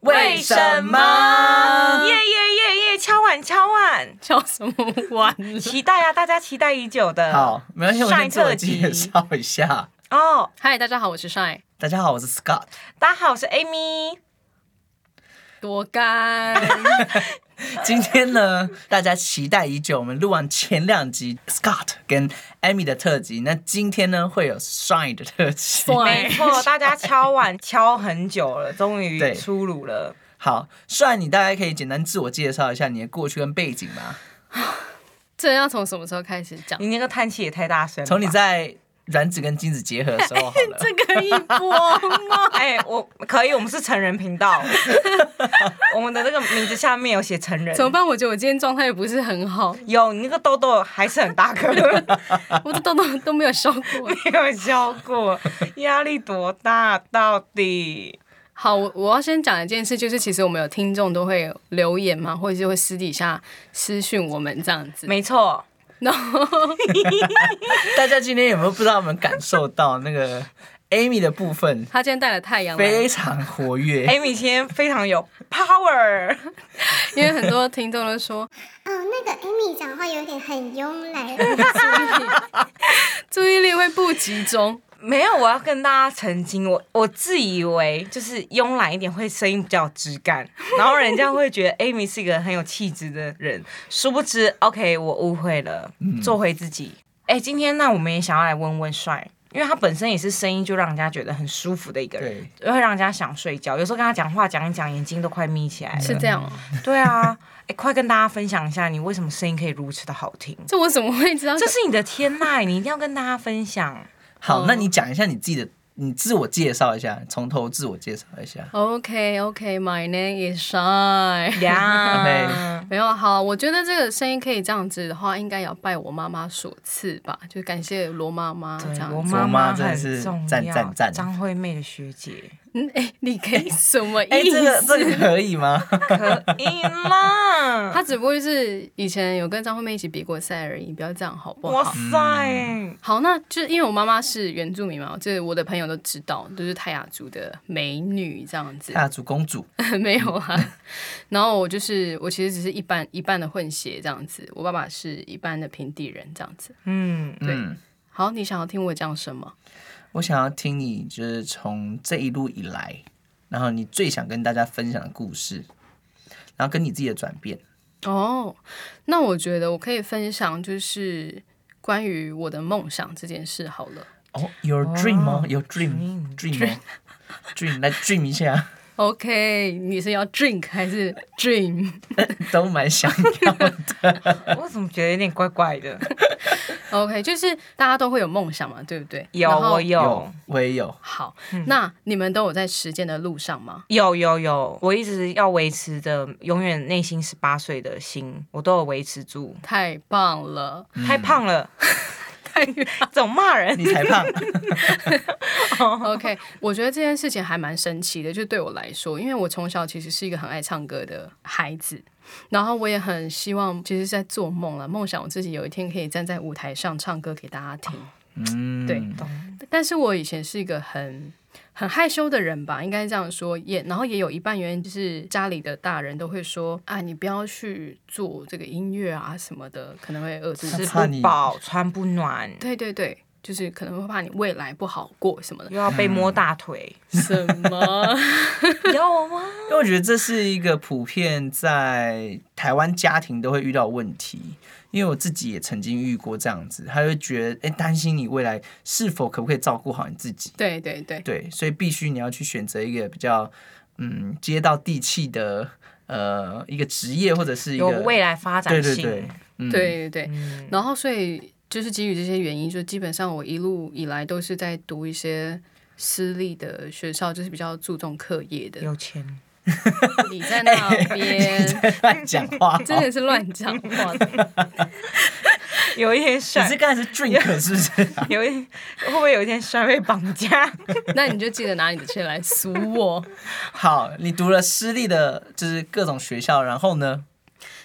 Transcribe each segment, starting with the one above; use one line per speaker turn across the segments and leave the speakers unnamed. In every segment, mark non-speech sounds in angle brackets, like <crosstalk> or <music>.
为什么
耶耶耶耶！敲碗敲
<laughs>
碗，
叫什么玩？
期待啊，大家期待已久的。
好，没关系，我
上
先
一
自我
特辑
介绍一下。
哦，
<laughs> 嗨，大家好，我是 Shine，
大家好，我是 Scott。
大家好，我是 Amy。
多干。
今天呢，大家期待已久，我们录完前两集 Scott 跟 Amy 的特辑，那今天呢会有 Shine 的特辑。
没错，大家敲碗敲很久了，终
对
于出炉了。
好，Shine，你大概可以简单自我介绍一下你的过去跟背景吗？
这要从什么时候开始讲？
你那个叹气也太大声了吧。
从你在卵子跟精子结合的时候好
<laughs> <laughs>
了。
这可以播吗？
<laughs> 哎、我可以，我们是成人频
<laughs>
道，我们的那个名字下面有写成
<laughs>
人
怎。么办？我觉得我今天状态不是很好，
有你那个痘痘还是很大
<laughs>
颗，没
我的痘痘都没有消 <laughs> 过。
有消过，压力多大？到底？
好，我我要先讲一件事，就是其实我们有听众都会留言嘛，或者是会私底下私讯我们这样子。
没错，
然后
大家今天有没有不知道？我们感受到那个 Amy 的部分
他今天带了太阳来，
非常活跃。
Amy 今天非常有 power，
因为很多听众都说
哦，那个 Amy 讲话有点很慵懒，
注意力会不集
<laughs>
中。
没有，我要跟大家澄清，我我自以为就是慵懒一点会声音比较有质感， <laughs> 然后人家会觉得 Amy 是一个很有气质的人，殊不知，OK，我误会了，做回自己。哎、今天那我们也想要来问问帅，因为他本身也是声音就让人家觉得很舒服的一个人，会让人家想睡觉。有时候跟他讲话讲一讲，眼睛都快眯起来
啊
了。
是这样、哦，
对啊，哎、快跟大家分享一下，你为什么声音可以如此的好听？
这我怎么会知道？
这是你的天籁，你一定要跟大家分享。
好
哦，
那你讲一下你自己的，你自我介绍一下，从头自我介绍一下。
OK OK，My、name is Shine。
呀
OK
没有啊好，我觉得这个声音可以这样子的话，应该也要拜我妈妈所赐吧，就感谢罗妈妈这样
我
子。
妈
妈
妈
真的
很
是
重
赞
要，
赞赞
张惠妹的学姐，
嗯，哎、 <laughs> 你可以什么意思？
<laughs> 哎、这个这个可以吗？
可以啦！
他只不过就是以前有跟张惠妹一起比过赛而已，不要这样好不
<laughs> 哇
好？
塞，
好，那就是因为我妈妈是原住民嘛，就是我的朋友都知道，就是泰雅族的美女这样子，
大啊主公主，
<laughs> 没有
嗯
啊。然后我就是我其实只是一半一半的混血这样子，我爸爸是一半的平地人这样子。
嗯，
嗯，
好，你想要听我讲什么？
我想要听你就是从这一路以来，然后你最想跟大家分享的故事，然后跟你自己的转变。
哦，那我觉得我可以分享就是关于我的梦想这件事好了。
哦、y o u r dream 吗、
哦
y o u r dream dream 吗 dream 来 dream 一下， <laughs>
OK，你是要 drink 还
<laughs>
是 dream？
都蛮想要。
我怎么觉得有点怪怪的？
OK，就是大家都会有梦想嘛，对不对？
有，嗯
然后
我有，，
我也有。
好，那你们都有在实践的路上吗？
有有有，我一直要维持着永远内心十八岁的心，我都有维持住。
太棒了！
太胖了，
太
<laughs> 总骂
<laughs>
人
你。才胖，
OK，我 <laughs> 觉得这件事情还蛮神奇的，就对我来说，因为我从小其实是一个很爱唱歌的孩子，然后我也很希望，其实是在做梦了，梦想我自己有一天可以站在舞台上唱歌给大家听。
嗯，
对但是我以前是一个很很害羞的人吧，应该这样说。也然后也有一半原因就是家里的大人都会说啊，你不要去做这个音乐啊什么的，可能会遏制自
是
吃
己。
怕你
不饱，穿不暖，
<laughs> 对对对，就是可能会怕你未来不好过什么的。
又要被摸大腿， <laughs>
什么？
有啊吗？
因为我觉得这是一个普遍在台湾家庭都会遇到的问题，因为我自己也曾经遇过这样子，他会觉得哎担、心你未来是否可不可以照顾好你自己，
对对对，
对，所以必须你要去选择一个比较嗯接到地气的呃一个职业或者是一
有
个
未来发展
对对
性。
对，嗯
对对对，然后所以就是基于这些原因，就基本上我一路以来都是在读一些私立的学校，就是比较注重课业的。
有钱，
你在那边
<laughs>
乱讲话，哦
真的是乱讲话，
有一天
你
帅
是，刚才是 drink 是不是、 <laughs> 啊？
有一天会不会有一天帅被绑架？ <laughs>
那你就记得拿你的钱来赎我。
好，你读了私立的，就是各种学校，然后呢？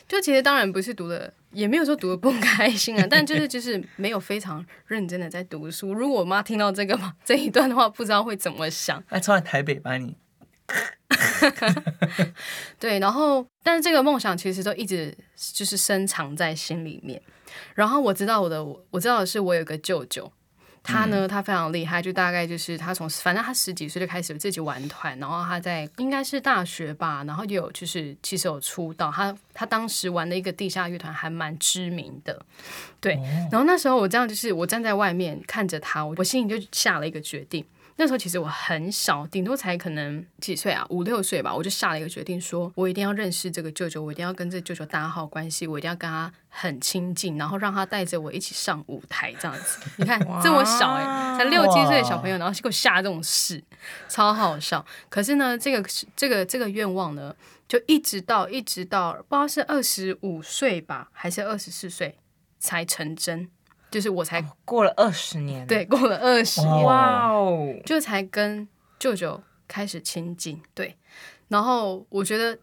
就其实当然不是读的，也没有说读的不开心啊，但就是就是没有非常认真的在读书。如果我妈听到这个嘛这一段的话，不知道会怎么想。
哎，超来台北吧你。
对，然后但是这个梦想其实都一直就是深藏在心里面。然后我知道我的，我知道的是我有一个舅舅，他呢他非常厉害，就大概就是他从反正他十几岁就开始有自己玩团，然后他在应该是大学吧，然后也有就是其实有出道，他他当时玩的一个地下乐团还蛮知名的，对。然后那时候我这样就是我站在外面看着他，我心里就下了一个决定。那时候其实我很小，顶多才可能几岁啊，五六岁吧，我就下了一个决定说，我一定要认识这个舅舅，我一定要跟这舅舅打好关系，我一定要跟他很亲近，然后让他带着我一起上舞台这样子。你看这么小哎、才六七岁的小朋友，然后给我下这种事，超好笑。可是呢，这个这个这个愿望呢，就一直到一直到不知道是二十五岁吧，还是二十四岁才成真，就是我才、
过了二十年，，
对过了二十年。
哇哦，
就才跟舅舅开始亲近，对。然后我觉得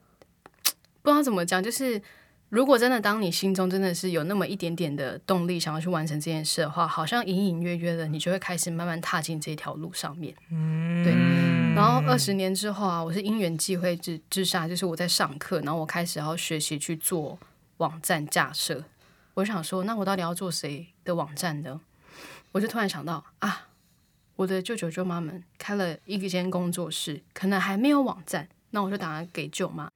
不知道怎么讲，就是如果真的当你心中真的是有那么一点点的动力，想要去完成这件事的话，好像隐隐约约的，你就会开始慢慢踏进这条路上面。
嗯，
然后二十年之后啊，我是因缘际会之之下，就是我在上课，然后我开始要学习去做网站架设。我想说，那我到底要做谁的网站呢？我就突然想到啊，我的舅舅舅妈们开了一间工作室，可能还没有网站，那我就打给舅妈。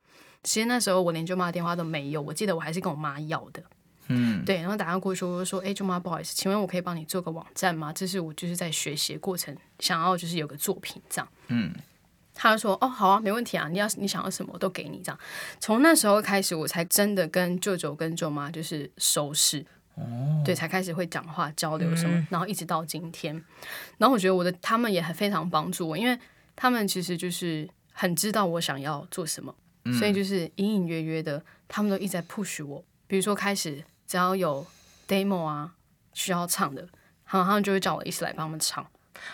其实那时候我连舅妈的电话都没有，我记得我还是跟我妈要的。
嗯，
对，然后打电话过去，我就说：“哎、舅妈，不好意思，请问我可以帮你做个网站吗？这是我就是在学习的过程，想要就是有个作品这样。”
嗯，
他就说：“哦，好啊，没问题啊，你要你想要什么我都给你这样。”从那时候开始，我才真的跟舅舅跟舅妈就是熟识。对，才开始会讲话交流什么，然后一直到今天，然后我觉得我的他们也很非常帮助我，因为他们其实就是很知道我想要做什么，所以就是隐隐约约的，他们都一直在 push 我。比如说开始只要有 demo 啊需要唱的，然后他们就会叫我一起来帮他们唱。
哦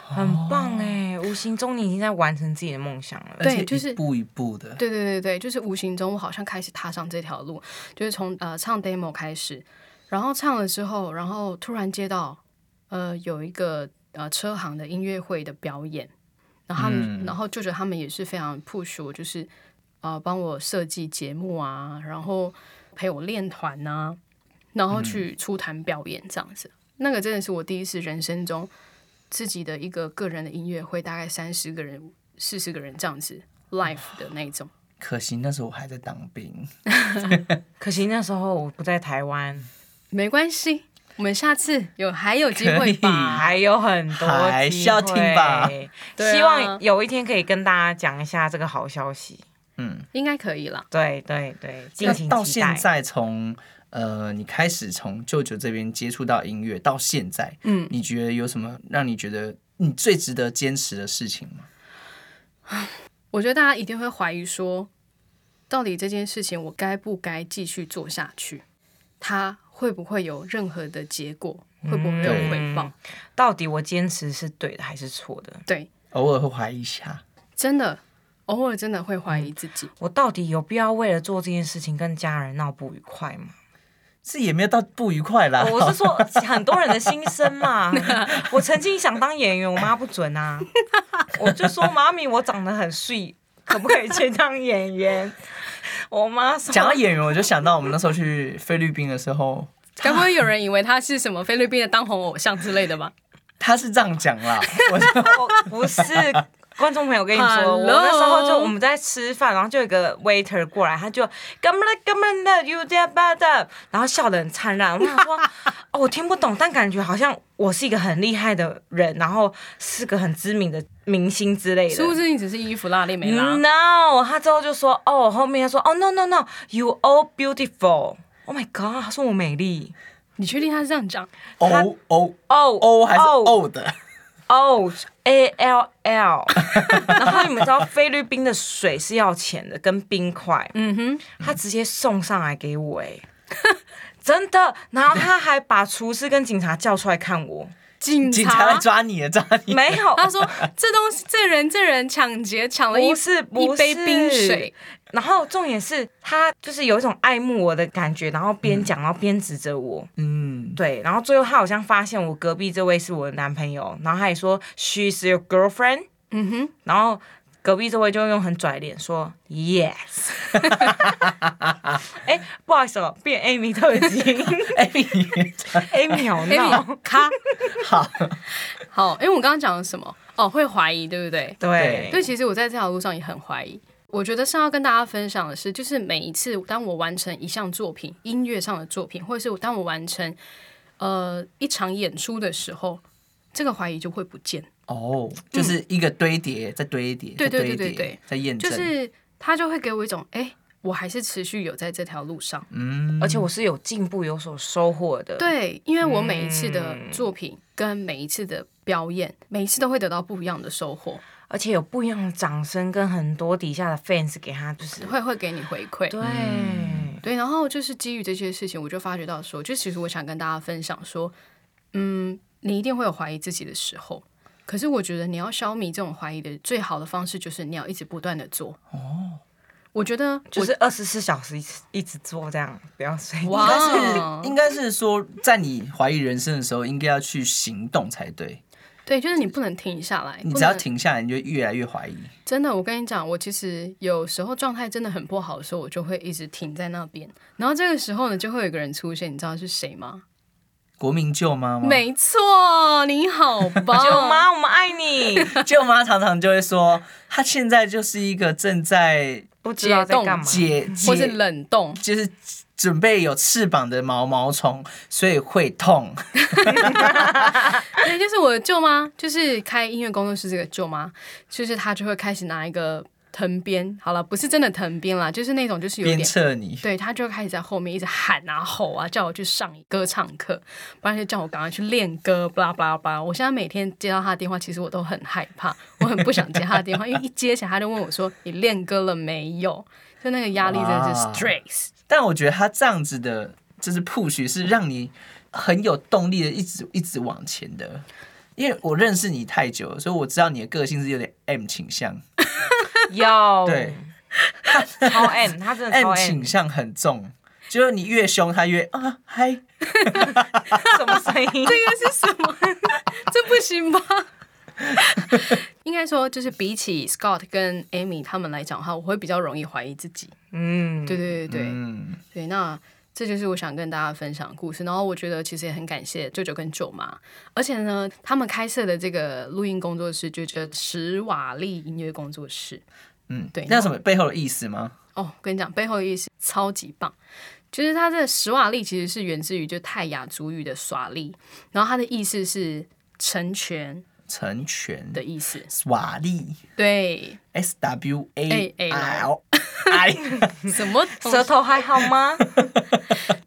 很棒哎，无形中你已经在完成自己的梦想了。
对
而且
就是
一步一步的。
对对对对，就是无形中我好像开始踏上这条路，就是从呃唱 demo 开始，然后唱了之后，然后突然接到呃有一个呃车行的音乐会的表演，然后他们、
嗯
然后舅舅他们也是非常 push 我，就是呃帮我设计节目啊，然后陪我练团呐、然
嗯
后去出团表演这样子。那个真的是我第一次人生中自己的一个个人的音乐会，大概三十个人、四十个人这样子 live 的那种。
可惜那时候我还在当兵。
可惜那时候我不在台湾，
没关系，我们下次有还有机会吧。
还有很多
啊还
机
是要听吧
会
对啊
希望有一天可以跟大家讲一下这个好消息。
嗯，
应该可以啦。
对对对，敬
那
请
到
期待
现。在从呃你开始从舅舅这边接触到音乐到现在，
嗯，
你觉得有什么让你觉得你最值得坚持的事情吗？
我觉得大家一定会怀疑说，到底这件事情我该不该继续做下去？它会不会有任何的结果？会不会有回报？
到底我坚持是对的还是错的？
对，
偶尔会怀疑一下，
真的偶尔真的会怀疑自己。
我到底有必要为了做这件事情跟家人闹不愉快吗？ <laughs> 哦
是也没有到不愉快啦。
我是说很多人的心声嘛。我曾经想当演员，我妈不准啊，我就说妈咪，我长得很帅，可不可以去当演员？我妈
<laughs>
说
讲到演员，我就想到我们那时候去菲律宾的时候，
该不会有人以为他是什么菲律宾的当红偶像之类的吧？
他是这样讲啦，我
我哦不
<laughs>
是。观众朋友，我跟你说，我那时候就
Hello
我们在吃饭，然后就有一个 waiter 过来，他就干嘛干嘛的，you d a b a d 然后笑得很灿烂。我想
<laughs>
说，哦，我听不懂，但感觉好像我是一个很厉害的人，然后是个很知名的明星之类的。
殊不知你只是衣服拉链没拉。
嗯 No，他之后就说哦，后面他说哦，no no no，you all beautiful。Oh my god，他说我美丽。
你确定他是这样讲？
O O
哦
O 还是
哦
O 的，
哦 A L
<laughs>
L。然后你们知道菲律宾的水是要钱的，跟冰块，
嗯哼，
他直接送上来给我哎、真的。然后他还把厨师跟警察叫出来看我，
<laughs> 警
警察来抓你了，抓你。
没有，
他说这东西，这人这人抢劫抢哦了一
不是不
一杯
是
冰水，
然后重点是他就是有一种爱慕我的感觉，然后边
嗯
讲然后边指着我，
嗯，
对，然后最后他好像发现我隔壁这位是我的男朋友，然后他也说 she's your girlfriend，
嗯哼，
然后隔壁这位就用很拽的脸说 yes，哎、不好意思哦，变 Amy 特辑
艾米，
<laughs> ，Amy 好
哎
闹，
咔
<laughs> 好，
好，因为我刚刚讲了什么？哦，会怀疑，对不对？
<laughs> 对
对，其实我在这条路上也很怀疑。我觉得是要跟大家分享的是，就是每一次当我完成一项作品，音乐上的作品，或者是我当我完成呃一场演出的时候，这个怀疑就会不见，
哦，就是一个堆叠，再堆叠，
对
再
对对
堆
对
叠
对，
再验
就
证，
是他就会给我一种，哎、我还是持续有在这条路上。
嗯
而且我是有进步有所收获的，
对，因为我每一次的作品
嗯
跟每一次的表演，每一次都会得到不一样的收获，
而且有不一样的掌声跟很多底下的 fans 给他就是
会会给你回馈。
对。嗯
对，然后就是基于这些事情，我就发觉到说，就其实我想跟大家分享说，嗯，你一定会有怀疑自己的时候，可是我觉得你要消弭这种怀疑的最好的方式，就是你要一直不断的做。哦，我觉得
就
我
是二十四小时一直一直做这样，不要睡。
哇哦
但是应该是说，在你怀疑人生的时候，应该要去行动才对。
对，就是你不能停下来，
你
不
只要
能
停下来，你就越来越怀疑。
真的，我跟你讲，我其实有时候状态真的很不好的时候，我就会一直停在那边。然后这个时候呢，就会有一个人出现，你知道是谁吗？
国民舅妈吗？
没错，你
<laughs>
好棒，
舅妈，我们爱你，
舅妈常常就会说，她现在就是一个正在
不知道在干嘛。 <laughs>
解
或是
解，
冷冻，
就是准备有翅膀的毛毛虫，所以会痛。
对，哎就是我的舅妈，就是开音乐工作室这个舅妈，就是她就会开始拿一个藤鞭，好了，不是真的藤鞭啦，就是那种就是有
鞭
点，
策你，
对，她就开始在后面一直喊啊吼啊，叫我去上歌唱课，不然就叫我赶快去练歌，巴拉巴拉巴拉。我现在每天接到她的电话，其实我都很害怕，我很不想接她的电话，因为一接起来她就问我说：“你练歌了没有？”就那个压力真的是
哇
stress。
但我觉得他这样子的，就是 push 是让你很有动力的，一直一直往前的。因为我认识你太久了，所以我知道你的个性是有点 M 倾向
有
对，
<laughs> 超 M，他真的
，M
超 M，
倾向很重，就是你越凶，他越啊嗨。
什么声
这
音？
个是什么？这不行吧？ <laughs> 应该说，就是比起 Scott 跟 Amy 他们来讲的话，我会比较容易怀疑自己。
<laughs> 嗯，
对对对对、
嗯，
对，那这就是我想跟大家分享的故事。然后我觉得其实也很感谢舅舅跟舅妈，而且呢，他们开设的这个录音工作室就叫史瓦利音乐工作室。
嗯，
对
那有什么背后的意思吗？
哦，跟你讲，背后的意思超级棒。就是它的史瓦利其实是源自于就泰雅族语的耍利，然后它的意思是成全
成全
的意思。
瓦力
对，
S W A
A A <laughs>
L 哎 I，
什
<laughs>
么东西
舌头还好吗？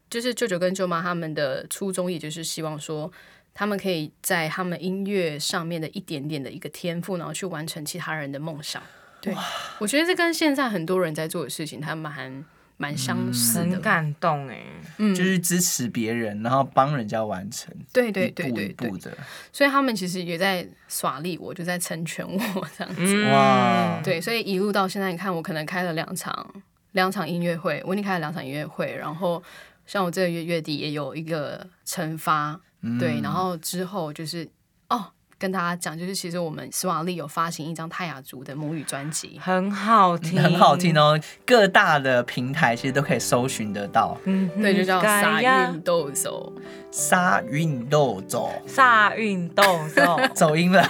就是舅舅跟舅妈他们的初衷，也就是希望说，他们可以在他们音乐上面的一点点的一个天赋，然后去完成其他人的梦想。对，我觉得这跟现在很多人在做的事情，他蛮蛮相似
很
的。
<laughs> 感动哎，
嗯，
就是支持别人，然后帮人家完成，
对对
一
对
步
对
一
对
步，的。
所以他们其实也在耍力我，就在成全我这
嗯
样
嗯
子。
哇
对，所以一路到现在，你看我可能开了两场两场音乐会，我已经开了两场音乐会，然后像我这个月月底也有一个惩罚，对，
嗯
然后之后就是哦，跟大家讲，就是其实我们斯瓦利有发行一张泰雅族的母语专辑，
很好
<laughs>
听，
很好听
哦。
哦，各大的平台其实都可以搜寻得到。
对，就叫撒
嗯呀
运豆手，
沙运豆走
萨运动手， <laughs>
走音了，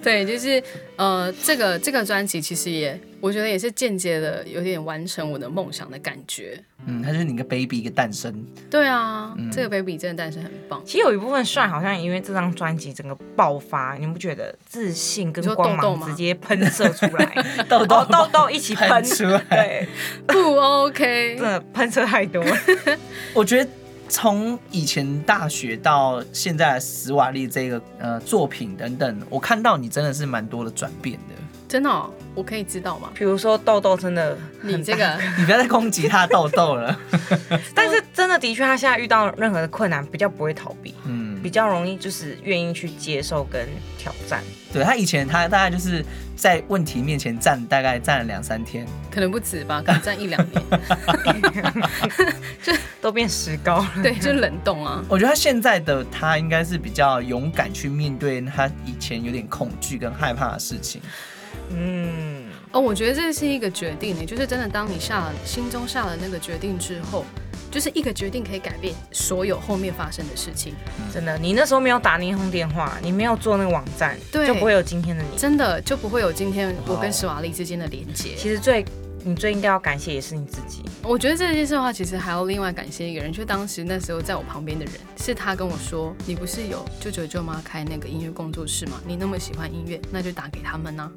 对，就是呃，这个这个专辑其实也我觉得也是间接的有点完成我的梦想的感觉，
嗯，它就是你一个 baby 一个诞生，
对啊，这个 baby 真的诞生很棒。
其实有一部分帅，好像因为这张专辑整个爆发，你们不觉得自信跟
你说
光
痘痘吗
芒直接喷射出
<laughs>
来，
豆
哦
豆
痘痘一起喷
喷出来。
对，
不
<laughs>
OK，
真的喷射太多了。
我觉得从以前大学到现在的斯瓦利这个呃作品等等，我看到你真的是蛮多的转变的。 <laughs>
真的、哦，我可以知道吗？
<laughs> 比如说痘痘真的很
你这
大，
个
你不要再攻击他的痘
<laughs>
痘了。
但是真的的确，他现在遇到任何的困难，比较不会逃避，
嗯，
比较容易就是愿意去接受跟挑战。
对他以前他大概就是在问题面前站，大概站了两三天。
可能不止吧，可能站一两年，
都变石膏了，
对，就冷冻啊。
我觉得他现在的他应该是比较勇敢去面对他以前有点恐惧跟害怕的事情。
嗯，
哦，我觉得这是一个决定，也欸就是真的，当你下了心中下了那个决定之后，就是一个决定可以改变所有后面发生的事情。
真的，你那时候没有打那通电话，你没有做那个网站，
对
就不会有今天的你。
真的就不会有今天我
哇哦
跟史瓦利之间的连接。
其实最你最应该要感谢也是你自己，
我觉得这件事的话，其实还要另外感谢一个人，就当时那时候在我旁边的人，是他跟我说：“你不是有舅舅舅妈开那个音乐工作室吗？你那么喜欢音乐，那就打给他们呐、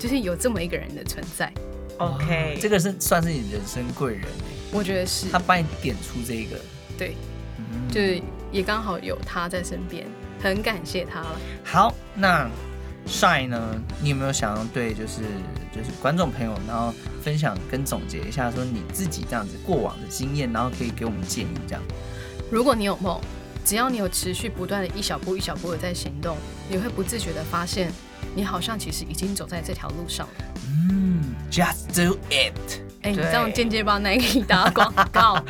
就是有这么一个人的存在，
OK，
哇哦这个是算是你人生贵人，欸
我觉得是
他帮你点出这个。
对，
嗯
就是也刚好有他在身边，很感谢他了。
好，那 Shine 呢？你有没有想要对就是就是观众朋友，然后分享跟总结一下，说你自己这样子过往的经验，然后可以给我们建议这样。
如果你有梦，只要你有持续不断的一小步一小步的在行动，你会不自觉的发现，你好像其实已经走在这条路上了。
嗯，Just do it，
哎、你
对
这样间接帮 Nike 打广
<laughs>
告，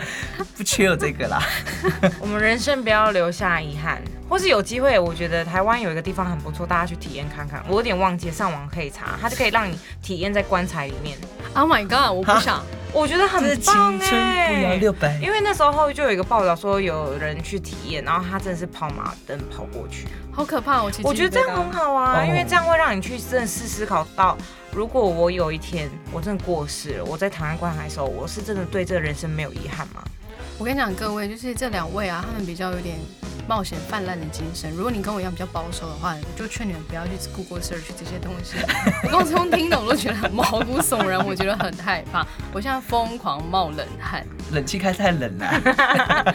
不缺有这个啦。
<laughs> 我们人生不要留下遗憾，或是有机会，我觉得台湾有一个地方很不错，大家去体验看看。我有点忘记，上网可以查，它就可以让你体验在棺材里面，
Oh my god！我不想，
我觉得
这是
很
青
棒
春不
哎、
摇六百。
因为那时候就有一个报道说有人去体验，然后他真的是跑马灯跑过去，
好可怕！我其实
我觉得这样很好啊，
哦
因为这样会让你去真的是思考到，如果我有一天我真的过世了，我在躺在棺材的时候，我是真的对这个人生没有遗憾吗？
我跟你讲，各位，就是这两位啊，他们比较有点冒险泛滥的精神。如果你跟我一样比较保守的话，我就劝你们不要去 Google search 这些东
<laughs>
西。我刚从听懂，我都觉得很毛骨悚然，我觉得很害怕。我现在疯狂冒冷汗。
<laughs> 冷气开太冷了。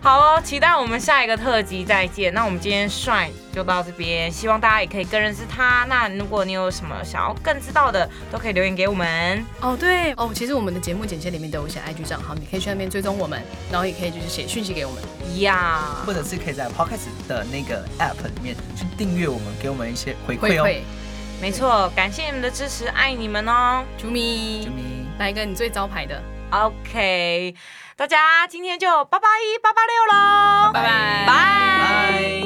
好哦，期待我们下一个特辑再见。那我们今天帅就到这边，希望大家也可以更认识他。那如果你有什么想要更知道的，都可以留言给我们。
哦，对哦，其实我们的节目简介里面都有写 IG 账号，你可以去那边追踪我们，然后也可以就是写讯息给我们。
呀、
或者是可以在 Podcast 的那个 App 里面去订阅我们，给我们一些回
会
馈哦。
会，
没错，感谢你们的支持，爱你们哦。
朱咪
祝，你
来一个你最招牌的，
OK，大家今天就八八一八八六喽，
拜拜
拜。